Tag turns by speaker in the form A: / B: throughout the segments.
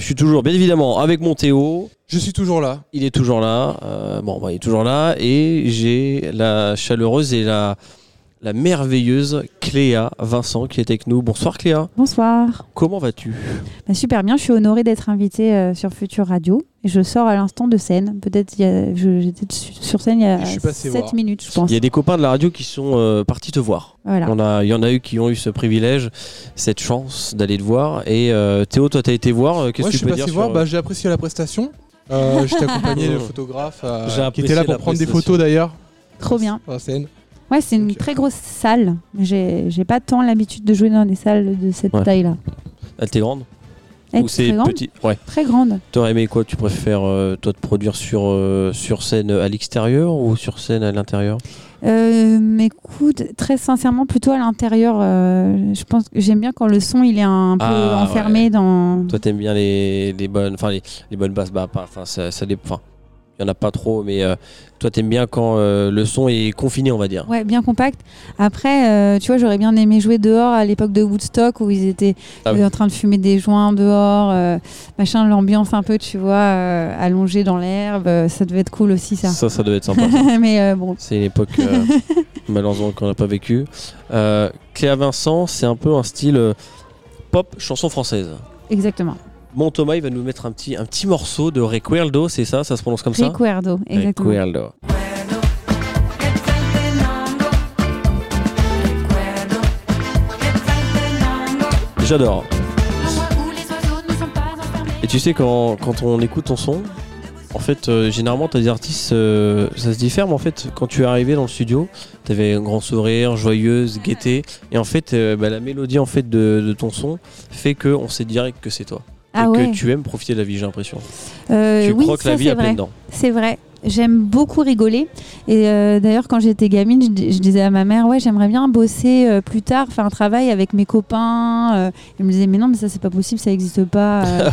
A: Je suis toujours, bien évidemment, avec mon Théo.
B: Je suis toujours là.
A: Il est toujours là. Euh, bon, bah, il est toujours là. Et j'ai la chaleureuse et la, la merveilleuse Cléa Vincent qui est avec nous. Bonsoir Cléa.
C: Bonsoir.
A: Comment vas-tu
C: Bah, super bien, je suis honorée d'être invitée euh, sur Future Radio. Et je sors à l'instant de scène. Peut-être il y a- je- j'étais su- sur scène il y a
B: Je suis passé
C: 7
B: voir.
C: minutes, je pense.
A: Il y a des copains de la radio qui sont euh, partis te voir.
C: Voilà.
A: Il y en a- il y en a eu qui ont eu ce privilège, cette chance d'aller te voir. Et euh, Théo, toi, t'as été voir. euh, Qu'est-ce
B: Moi,
A: que
B: je
A: tu
B: suis
A: peux
B: passé
A: dire sur,
B: voir,
A: euh,
B: bah, j'ai apprécié la prestation. Euh, J'étais accompagné de photographes euh,
A: J'ai
B: qui
A: apprécié
B: étaient là
A: la
B: pour prendre des
A: prestation.
B: photos d'ailleurs.
C: Trop bien.
B: sur la scène.
C: Ouais, c'est une
B: Ok.
C: très grosse salle. J'ai j'ai pas tant l'habitude de jouer dans des salles de cette
A: Ouais.
C: taille-là.
A: Elle t'est grande
C: Elle est
A: euh, Ou c'est
C: très grande.
A: petit Ouais.
C: Très grande.
A: T'aurais aimé quoi Tu préfères, euh, toi, te produire sur, euh, sur scène à l'extérieur ou sur scène à l'intérieur
C: Euh, mais écoute, très sincèrement, plutôt à l'intérieur. euh, je pense que j'aime bien quand le son il est un peu
A: Ah,
C: enfermé dans.
A: Toi, t'aimes bien les, les bonnes, enfin les, les bonnes basses, bah, pas- enfin ça, ça dépend. Enfin, il y en a pas trop, mais euh, toi, t'aimes bien quand euh, le son est confiné, on va dire.
C: Ouais, bien compact. Après, euh, tu vois, j'aurais bien aimé jouer dehors à l'époque de Woodstock où ils étaient
A: Ah
C: euh,
A: oui.
C: en train de fumer des joints dehors, euh, machin, l'ambiance un peu, tu vois, euh, allongée dans l'herbe. euh, ça devait être cool aussi, ça.
A: Ça, ça devait être sympa.
C: Mais euh, bon,
A: C'est une époque euh, malheureusement qu'on n'a pas vécu. Euh, Cléa Vincent, c'est un peu un style euh, pop chanson française.
C: exactement.
A: Bon Thomas, il va nous mettre un petit, un petit morceau de Recuerdo, c'est ça Ça se prononce comme ça
C: Ricuerdo, exactement.
A: Recuerdo. J'adore. Et tu sais, quand, quand on écoute ton son, en fait, euh, généralement, t'as des artistes, euh, ça se diffère, mais en fait, quand tu es arrivé dans le studio, t'avais un grand sourire, joyeuse, gaieté, et en fait, euh, bah, la mélodie en fait de, de ton son fait que on sait direct que c'est toi. et
C: Ah ouais.
A: que tu aimes profiter de la vie, j'ai l'impression.
C: Euh,
A: tu
C: oui,
A: crois que
C: ça,
A: la vie
C: c'est
A: a plein
C: vrai.
A: dedans.
C: C'est vrai. J'aime beaucoup rigoler. Et euh, d'ailleurs, quand j'étais gamine, je, dis- je disais à ma mère, ouais, j'aimerais bien bosser euh, plus tard, faire un travail avec mes copains. Euh, elle me disait, mais non, mais ça, c'est pas possible, ça n'existe pas. Euh,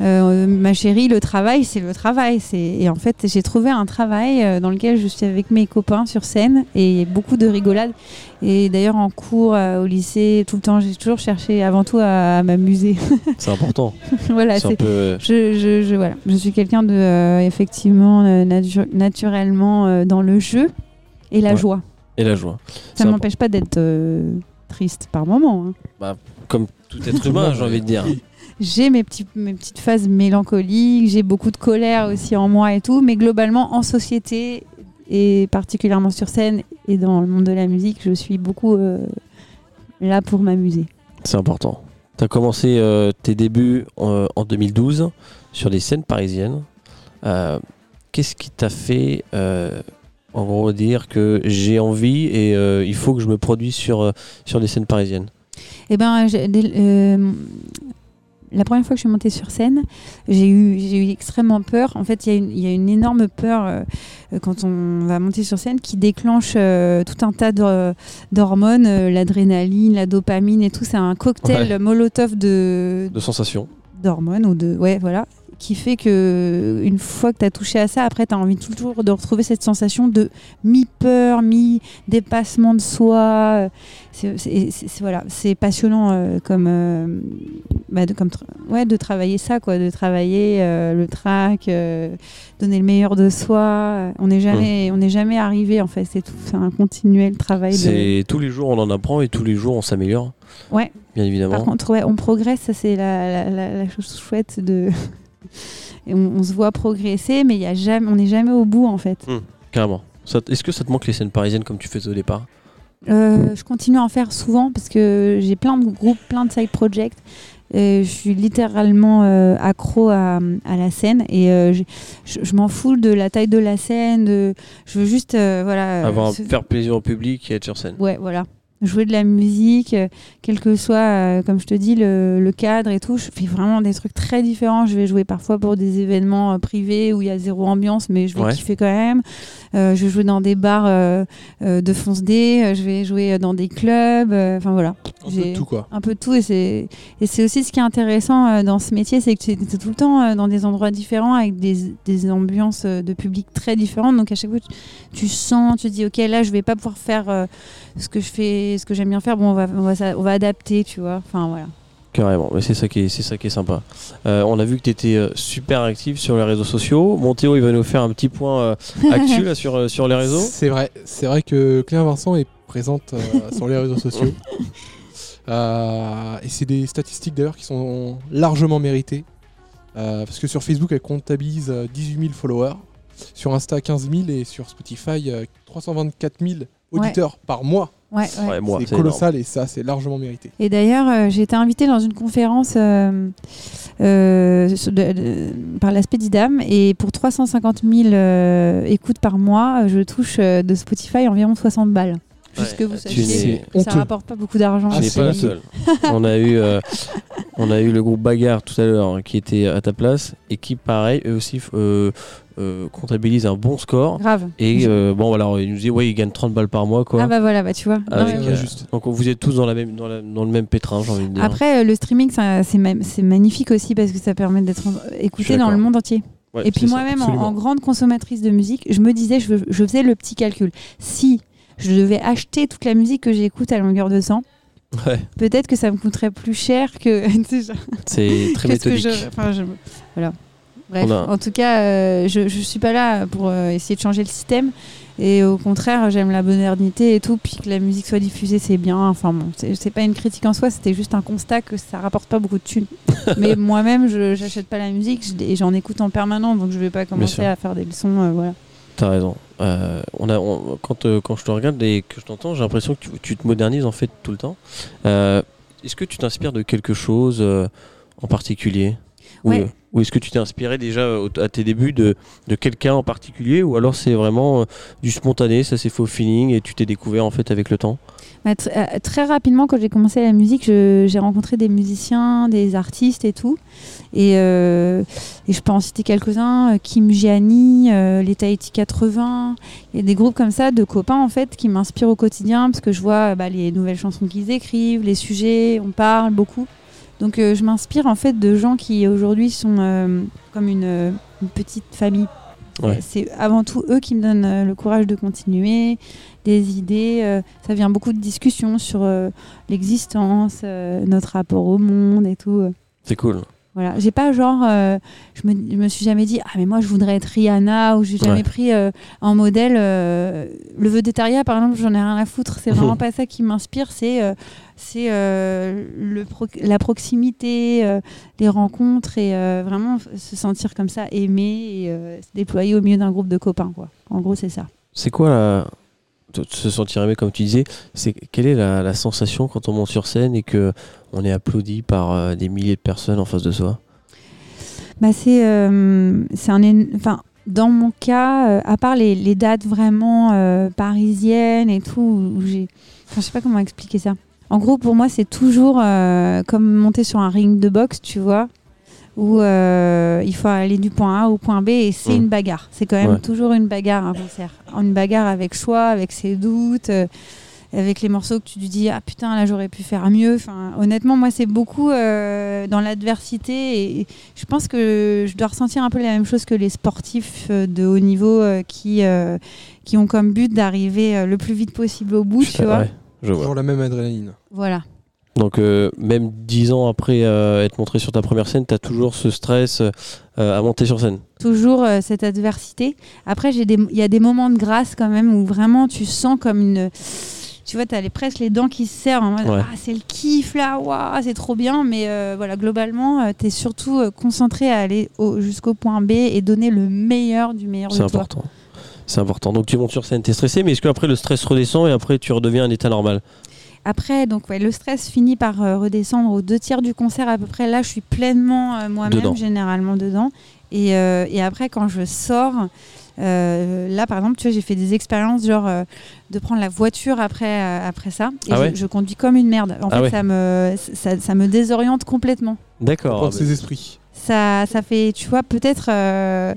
C: euh, ma chérie, le travail, c'est le travail. C'est- Et en fait, j'ai trouvé un travail euh, dans lequel je suis avec mes copains sur scène et beaucoup de rigolade. Et d'ailleurs, en cours, euh, au lycée, tout le temps, j'ai toujours cherché avant tout à, à m'amuser.
A: C'est important.
C: voilà,
A: c'est un
C: Ah, c'est
A: peu. euh,
C: je, je, je- voilà. je suis quelqu'un de euh, effectivement euh, natu- naturellement euh, dans le jeu et la
A: Ouais.
C: joie.
A: Et la joie.
C: Ça
A: C'est
C: ne m'empêche pas d'être euh, triste par moment. hein.
A: Tout être humain, j'ai envie de dire.
C: J'ai mes, petits, mes petites phases mélancoliques, j'ai beaucoup de colère aussi en moi et tout, mais globalement en société et particulièrement sur scène et dans le monde de la musique, je suis beaucoup euh, là pour m'amuser.
A: C'est important. Tu as commencé euh, tes débuts euh, en 2012 sur des scènes parisiennes. Euh, Qu'est-ce qui t'a fait, euh, en gros, dire que j'ai envie et euh, il faut que je me produise sur, euh, sur des scènes parisiennes
C: Eh ben, j'ai- dès- euh, la première fois que je suis montée sur scène, j'ai eu, j'ai eu extrêmement peur. En fait, il y, a une- il y a une énorme peur euh, euh, quand on va monter sur scène qui déclenche euh, tout un tas d'hor- d'hormones, euh, l'adrénaline, la dopamine et tout. C'est un cocktail
A: Ouais.
C: molotov de,
A: De sensations
C: d'hormones ou de ouais voilà qui fait que une fois que tu as touché à ça après tu as envie toujours de retrouver cette sensation de mi peur mi dépassement de soi c'est c'est- c'est- c'est- voilà c'est passionnant euh, comme euh, bah, de, comme tra- ouais de travailler ça quoi de travailler euh, le track euh, donner le meilleur de soi on n'est jamais on n'est jamais arrivé en fait c'est tout c'est un continuel travail de...
A: C'est tous les jours on en apprend et tous les jours on s'améliore.
C: Ouais.
A: Bien
C: Par
A: évidemment.
C: contre, ouais, on progresse, ça c'est la, la- la- la chose chouette de. Et on, on se voit progresser, mais il y a jamais, on n'est jamais au bout en fait.
A: Carrément. Ça t- Est-ce que ça te manque les scènes parisiennes comme tu faisais au départ
C: Euh, je continue à en faire souvent parce que j'ai plein de groupes, plein de side projects. Euh, je suis littéralement euh, accro à, à la scène et euh, je, je- je m'en fous de la taille de la scène. de- je veux juste, euh, voilà.
A: Avoir un-
C: se-
A: Faire plaisir au public et être sur scène.
C: Ouais, voilà. Jouer de la musique, euh, quel que soit, euh, comme je te dis, le, le cadre et tout. Je fais vraiment des trucs très différents. Je vais jouer parfois pour des événements euh, privés où il y a zéro ambiance, mais je vais
A: Ouais.
C: kiffer quand même. Euh, je vais jouer dans des bars euh, euh, de fonce D. euh, Je vais jouer euh, dans des clubs. euh, Enfin voilà,
B: Un peu
C: J'ai-
B: de tout quoi.
C: un peu de tout. Et c'est et c'est aussi ce qui est intéressant euh, dans ce métier, c'est que tu es tout le temps euh, dans des endroits différents avec des, des ambiances euh, de public très différentes. Donc à chaque fois, tu, tu sens, tu te dis, ok, là, je vais pas pouvoir faire euh, ce que je fais, ce que j'aime bien faire. Bon, on va, on va, s'a- on va adapter, tu vois. Enfin voilà.
A: Carrément, mais c'est ça qui est, c'est ça qui est sympa. Euh, on a vu que tu étais super active sur les réseaux sociaux. Mon Théo, il va nous faire un petit point euh, actu là, sur, euh, sur les réseaux.
B: C'est vrai, c'est vrai que Claire Vincent est présente euh, sur les réseaux sociaux. Euh, et c'est des statistiques d'ailleurs qui sont largement méritées. Euh, parce que sur Facebook, elle comptabilise euh, 18 000 followers, sur Insta 15 000 et sur Spotify euh, 324 000 auditeurs par mois.
C: Ouais, ouais.
A: Ouais, moi,
B: c'est
A: c'est énorme.
B: colossal et ça, c'est largement mérité.
C: Et d'ailleurs, euh, j'ai été invitée dans une conférence euh, euh, sur- de- de- par l'aspect d'IDAM et pour 350 000 euh, écoutes par mois, je touche euh, de Spotify environ 60 balles.
A: Ouais,
C: Juste
A: Ah,
C: que vous
A: tu
C: sachiez,
A: n'es-
B: C'est
C: ça
B: honteux.
C: rapporte pas beaucoup d'argent.
A: Tu
B: Ah,
A: n'es
B: c'est
A: pas la
B: honteux.
A: seule. on, a eu, euh, on a eu le groupe Bagarre tout à l'heure hein, qui était à ta place et qui, pareil, eux aussi f- euh, euh, comptabilisent un bon score.
C: Grave.
A: Et euh, bon, alors, ils nous disent, ouais, ils gagnent 30 balles par mois, quoi.
C: Ah bah voilà, bah tu vois. Non,
A: Avec,
C: mais-
B: Ouais,
A: euh,
B: juste.
A: Donc, vous êtes tous dans, la même, dans, la- dans le même pétrin, j'ai envie de dire.
C: Après, euh, le streaming, ça- c'est ma- c'est magnifique aussi parce que ça permet d'être en- écouté dans le
A: d'accord.
C: monde entier.
A: Ouais,
C: Et puis
A: c'est ça.
C: moi-même, en- en,
B: absolument.
C: grande consommatrice de musique, je me disais, je, je faisais le petit calcul. Si je devais acheter toute la musique que j'écoute à longueur de sang,
A: Ouais,
C: peut-être que ça me coûterait plus cher que tu sais, genre,
A: c'est très
C: que ce que
A: méthodique.
C: je, enfin, je- Voilà. Bref,
A: On a-
C: en tout cas, euh, je ne suis pas là pour euh, essayer de changer le système. Et au contraire, j'aime la modernité et tout. Puis que la musique soit diffusée, c'est bien. Enfin bon, c'est c'est pas une critique en soi, c'était juste un constat que ça rapporte pas beaucoup de thunes. Mais moi-même, je j'achète pas la musique je- et j'en écoute en permanent. Donc je vais pas commencer
A: sûr.
C: à faire des leçons. euh, voilà.
A: T'as raison. Euh, on a, on- quand, euh, quand je te regarde et que je t'entends, j'ai l'impression que tu, tu te modernises en fait tout le temps. Euh, est-ce que tu t'inspires de quelque chose euh, en particulier Ou,
C: Ouais.
A: euh, ou est-ce que tu t'es inspiré déjà euh, au- à tes débuts de, de quelqu'un en particulier Ou alors c'est vraiment euh, du spontané, ça c'est faux feeling et tu t'es découvert en fait avec le temps
C: Bah, tr- euh, très rapidement, quand j'ai commencé la musique, je- j'ai rencontré des musiciens, des artistes et tout. Et, euh, et je peux en citer quelques-uns euh, Kim Gianni, euh, les Tahiti 80. Il y a des groupes comme ça de copains en fait qui m'inspirent au quotidien parce que je vois euh, bah, les nouvelles chansons qu'ils écrivent, les sujets, on parle beaucoup. Donc euh, je m'inspire en fait de gens qui aujourd'hui sont euh, comme une, euh, une petite famille.
A: Ouais.
C: C'est avant tout eux qui me donnent euh, le courage de continuer, des idées. euh, ça vient beaucoup de discussions sur euh, l'existence, euh, notre rapport au monde et tout. euh.
A: C'est cool.
C: Voilà, j'ai pas genre, euh, je, me, je me suis jamais dit ah mais moi je voudrais être Rihanna ou j'ai jamais
A: Ouais.
C: pris euh, en modèle euh, le vœu d'Etaria par exemple, j'en ai rien à foutre. C'est vraiment pas ça qui m'inspire, c'est euh, c'est euh, le pro- la proximité, euh, les rencontres et euh, vraiment f- se sentir comme ça, aimé et euh, se déployer au milieu d'un groupe de copains quoi. En gros c'est ça.
A: C'est quoi la... de se sentir aimé comme tu disais c'est quelle est la, la sensation quand on monte sur scène et que on est applaudi par euh, des milliers de personnes en face de soi
C: Bah, c'est euh, c'est un éno- enfin dans mon cas euh, à part les, les dates vraiment euh, parisiennes et tout où j'ai enfin je sais pas comment expliquer ça. En gros pour moi c'est toujours euh, comme monter sur un ring de boxe, tu vois où euh, il faut aller du point A au point B et c'est
A: Mhm.
C: une bagarre. C'est quand même
A: Ouais.
C: toujours une bagarre un concert. Une bagarre avec choix, avec ses doutes, euh, avec les morceaux que tu te dis ah putain là j'aurais pu faire mieux. Enfin, honnêtement moi c'est beaucoup euh, dans l'adversité et, je pense que je dois ressentir un peu la même chose que les sportifs euh, de haut niveau euh, qui, euh, qui ont comme but d'arriver euh, le plus vite possible au bout, tu vois.
A: Ouais, je vois
B: Toujours la même adrénaline.
C: Voilà.
A: Donc euh, même dix ans après euh, être montré sur ta première scène, t'as toujours ce stress euh, à monter sur scène.
C: Toujours euh, cette adversité. Après, j'ai des- il y a des moments de grâce quand même où vraiment tu sens comme une. Tu vois, t'as les, presque les dents qui se serrent en mode
A: Ouais.
C: Ah, c'est le kiff là, waouh, c'est trop bien. Mais euh, voilà, globalement, tu t'es surtout euh, concentré à aller au- jusqu'au point B et donner le meilleur du meilleur de
A: C'est
C: toi.
A: important. C'est important. Donc tu montes sur scène, t'es stressé, mais est-ce qu'après le stress redescend et après tu redeviens un état normal
C: Après, donc, ouais, le stress finit par euh, redescendre aux deux tiers du concert à peu près. Là, je suis pleinement euh,
A: Dedans.
C: moi-même, généralement dedans. Et, euh, et après, quand je sors, euh, là, par exemple, tu vois, j'ai fait des expériences genre euh, de prendre la voiture après, euh, après ça. Et
A: Ah
C: je,
A: ouais
C: je conduis comme une merde. En
A: Ah
C: fait,
A: ouais.
C: ça, me, ça, ça me désoriente complètement.
A: D'accord. Ah,
B: Prendre ses esprits.
C: Ça, ça fait, tu vois, peut-être. euh,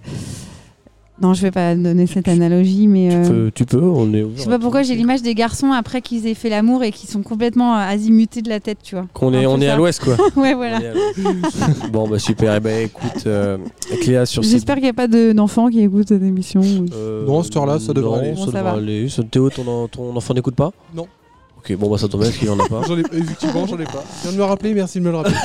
C: Non, je vais pas donner cette analogie, mais.
A: Tu
C: euh,
A: peux, tu peux, on est ouvert
C: Je
A: à
C: sais pas
A: tout.
C: pourquoi j'ai l'image des garçons après qu'ils aient fait l'amour et qui sont complètement euh, azimutés de la tête, tu vois.
A: Qu'on est,
C: Un peu
A: on est à
C: Ah, ça.
A: l'ouest quoi.
C: ouais, voilà.
A: On est à l'ouest. bon bah super. Eh ben écoute, euh, Cléa sur ces-
C: J'espère qu'il n'y a pas de- d'enfants qui écoutent cette émission.
A: Euh,
B: Non, à cette heure-là, ça devrait
A: non,
B: aller.
A: Ça
C: Bon, ça
A: devrait
C: va.
A: aller. Théo, ton, en- ton enfant n'écoute pas
B: Non.
A: Ok, bon, bah ça tombe bien parce qu'il n'y en a pas.
B: J'en ai, effectivement, j'en ai pas. Je viens de me rappeler, merci de me le rappeler.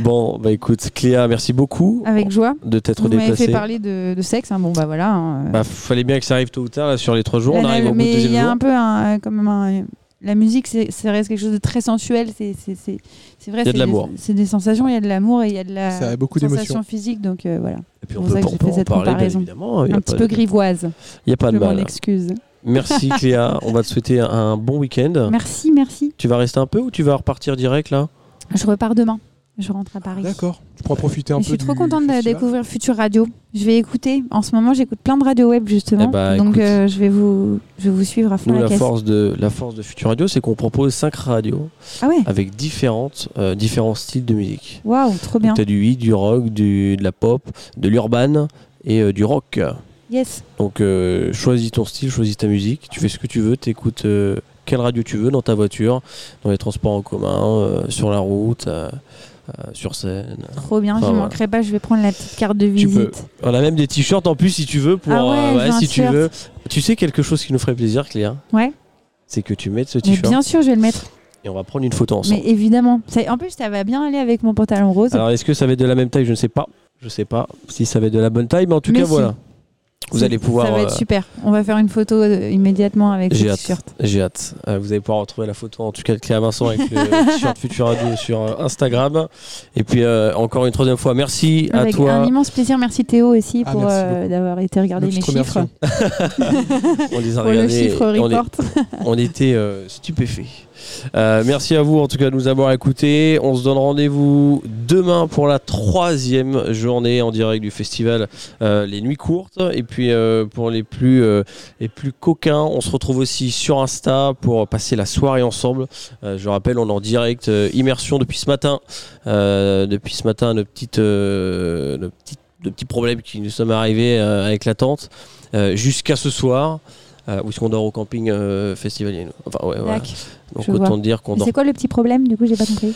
A: Bon, bah écoute, Cléa, merci beaucoup
C: Avec joie.
A: de t'être
C: Vous m'avez fait
A: déplacée.
C: parler de, de sexe. hein. Bon, bah voilà. hein.
A: Bah, fallait bien que ça arrive tôt ou tard, là, sur les trois jours. on
C: La-
A: arrive au bout du
C: mais il
A: deuxième
C: y a
A: jour.
C: un peu un, quand même un- la musique, c'est ça reste quelque chose de très sensuel. C'est c'est- c'est- c'est vrai.
A: Il y a de
C: c'est
A: l'amour.
C: des- C'est des sensations. Il y a de l'amour et il y a de la
B: Ça a beaucoup
C: sensation
B: d'émotions.
C: physique. Donc euh, voilà,
A: Et puis
C: c'est
A: on
C: pour
A: peut,
C: ça que
A: on
C: j'ai
A: peut
C: fait
A: en
C: cette
A: parler, bien
C: comparaison.
A: évidemment. Il y a
C: un
A: pas
C: petit
A: de-
C: peu grivoise.
A: Il n'y a pas
C: Je
A: de
C: m'en
A: mal.
C: excuse.
A: Merci Cléa, on va te souhaiter un bon week-end.
C: Merci, merci.
A: Tu vas rester un peu ou tu vas repartir direct là
C: Je repars demain. Je rentre à Paris.
B: D'accord. Tu pourras profiter un
C: Mais
B: peu.
C: je suis trop
B: du
C: contente de
B: festival.
C: découvrir Future Radio. Je vais écouter. En ce moment, j'écoute plein de radio web justement.
A: Eh bah,
C: donc
A: écoute.
C: euh, je vais vous, je vais vous suivre à fond
A: Nous,
C: la
A: la
C: caisse.
A: force, de, la force de Future Radio, c'est qu'on propose 5 radios
C: Ah ouais.
A: avec différentes, euh, différents styles de musique.
C: Waouh, trop bien.
A: Donc, T'as du hit, du rock, du, de la pop, de l'urban et euh, du rock.
C: Yes.
A: Donc euh, choisis ton style, choisis ta musique, tu fais ce que tu veux, t'écoutes euh, quelle radio tu veux dans ta voiture, dans les transports en commun, euh, sur la route, euh, euh, sur scène.
C: Trop bien,
A: Enfin,
C: je
A: voilà.
C: manquerai pas, je vais prendre la petite carte de
A: Tu
C: visite.
A: peux. On a même des t-shirts en plus si tu veux pour
C: Ah ouais,
A: euh,
C: je veux un
A: si tu
C: t-shirt.
A: veux. Tu sais quelque chose qui nous ferait plaisir Cléa
C: Ouais.
A: C'est que tu mettes ce
C: Mais
A: t-shirt
C: bien sûr, je vais le mettre.
A: et on va prendre une photo ensemble.
C: Mais évidemment. Ça- en plus, ça va bien aller avec mon pantalon rose.
A: Alors est-ce que ça va être de la même taille Je ne sais pas. Je sais pas si ça va être de la bonne taille, mais en tout
C: Mais
A: cas
C: si.
A: voilà. Vous
C: C'est-
A: allez pouvoir.
C: Ça va être
A: euh,
C: super. On va faire une photo euh, immédiatement avec ce
A: J'ai hâte.
C: t-shirt.
A: J'ai hâte. Euh, vous allez pouvoir retrouver la photo, en tout cas de Cléa Vincent avec le t-shirt Future Radio sur euh, Instagram. Et puis euh, encore une troisième fois, merci
C: Avec
A: à toi.
C: un immense plaisir. Merci Théo aussi
B: Ah,
C: pour
B: merci
C: euh, d'avoir été regarder
B: Une
C: mes
B: petite
C: chiffres.
B: remerciement.
A: On les a
C: Pour le
A: regardés.
C: chiffre
A: et on, est-
C: report.
A: on était euh, stupéfaits. Euh, merci à vous en tout cas de nous avoir écoutés. On se donne rendez-vous demain pour la troisième journée en direct du festival euh, Les Nuits Courtes. Et puis euh, pour les plus, euh, les plus coquins, on se retrouve aussi sur Insta pour passer la soirée ensemble. Euh, je rappelle, on est en direct euh, immersion depuis ce matin. Euh, depuis ce matin, nos petites, euh, nos petites- nos petits problèmes qui nous sommes arrivés euh, avec la tente euh, jusqu'à ce soir. Euh, où est-ce qu'on dort au camping euh, festivalier nous Enfin, ouais, voilà.
C: Tac.
A: Donc
C: Je
A: autant
C: vois.
A: dire qu'on
C: Mais
A: dort.
C: C'est quoi le petit problème Du coup, j'ai pas compris.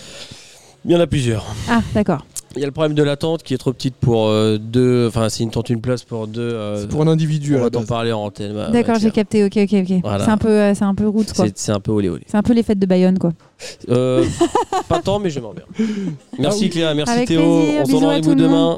A: Il y en a plusieurs.
C: Ah, d'accord.
A: Il y a le problème de la tente qui est trop petite pour euh, deux. Enfin, c'est une tente, une place pour deux. euh,
B: C'est pour un individu
A: on
B: à
A: va
B: la
A: t'en
B: base.
A: parler en antenne. bah,
C: d'accord,
A: ouais,
C: j'ai
A: c'est-
C: capté. Ok, ok, ok.
A: Voilà.
C: C'est un peu, euh, c'est un peu route, quoi.
A: c'est- C'est un peu olé olé.
C: C'est un peu les fêtes de Bayonne, quoi.
A: Euh, pas tant, mais je m'en bien. Merci Cléa, merci
C: Avec
A: Théo. on
C: plaisir,
A: se
C: bisous
A: donne
C: à
A: rendez-vous
C: tout le monde.
A: demain.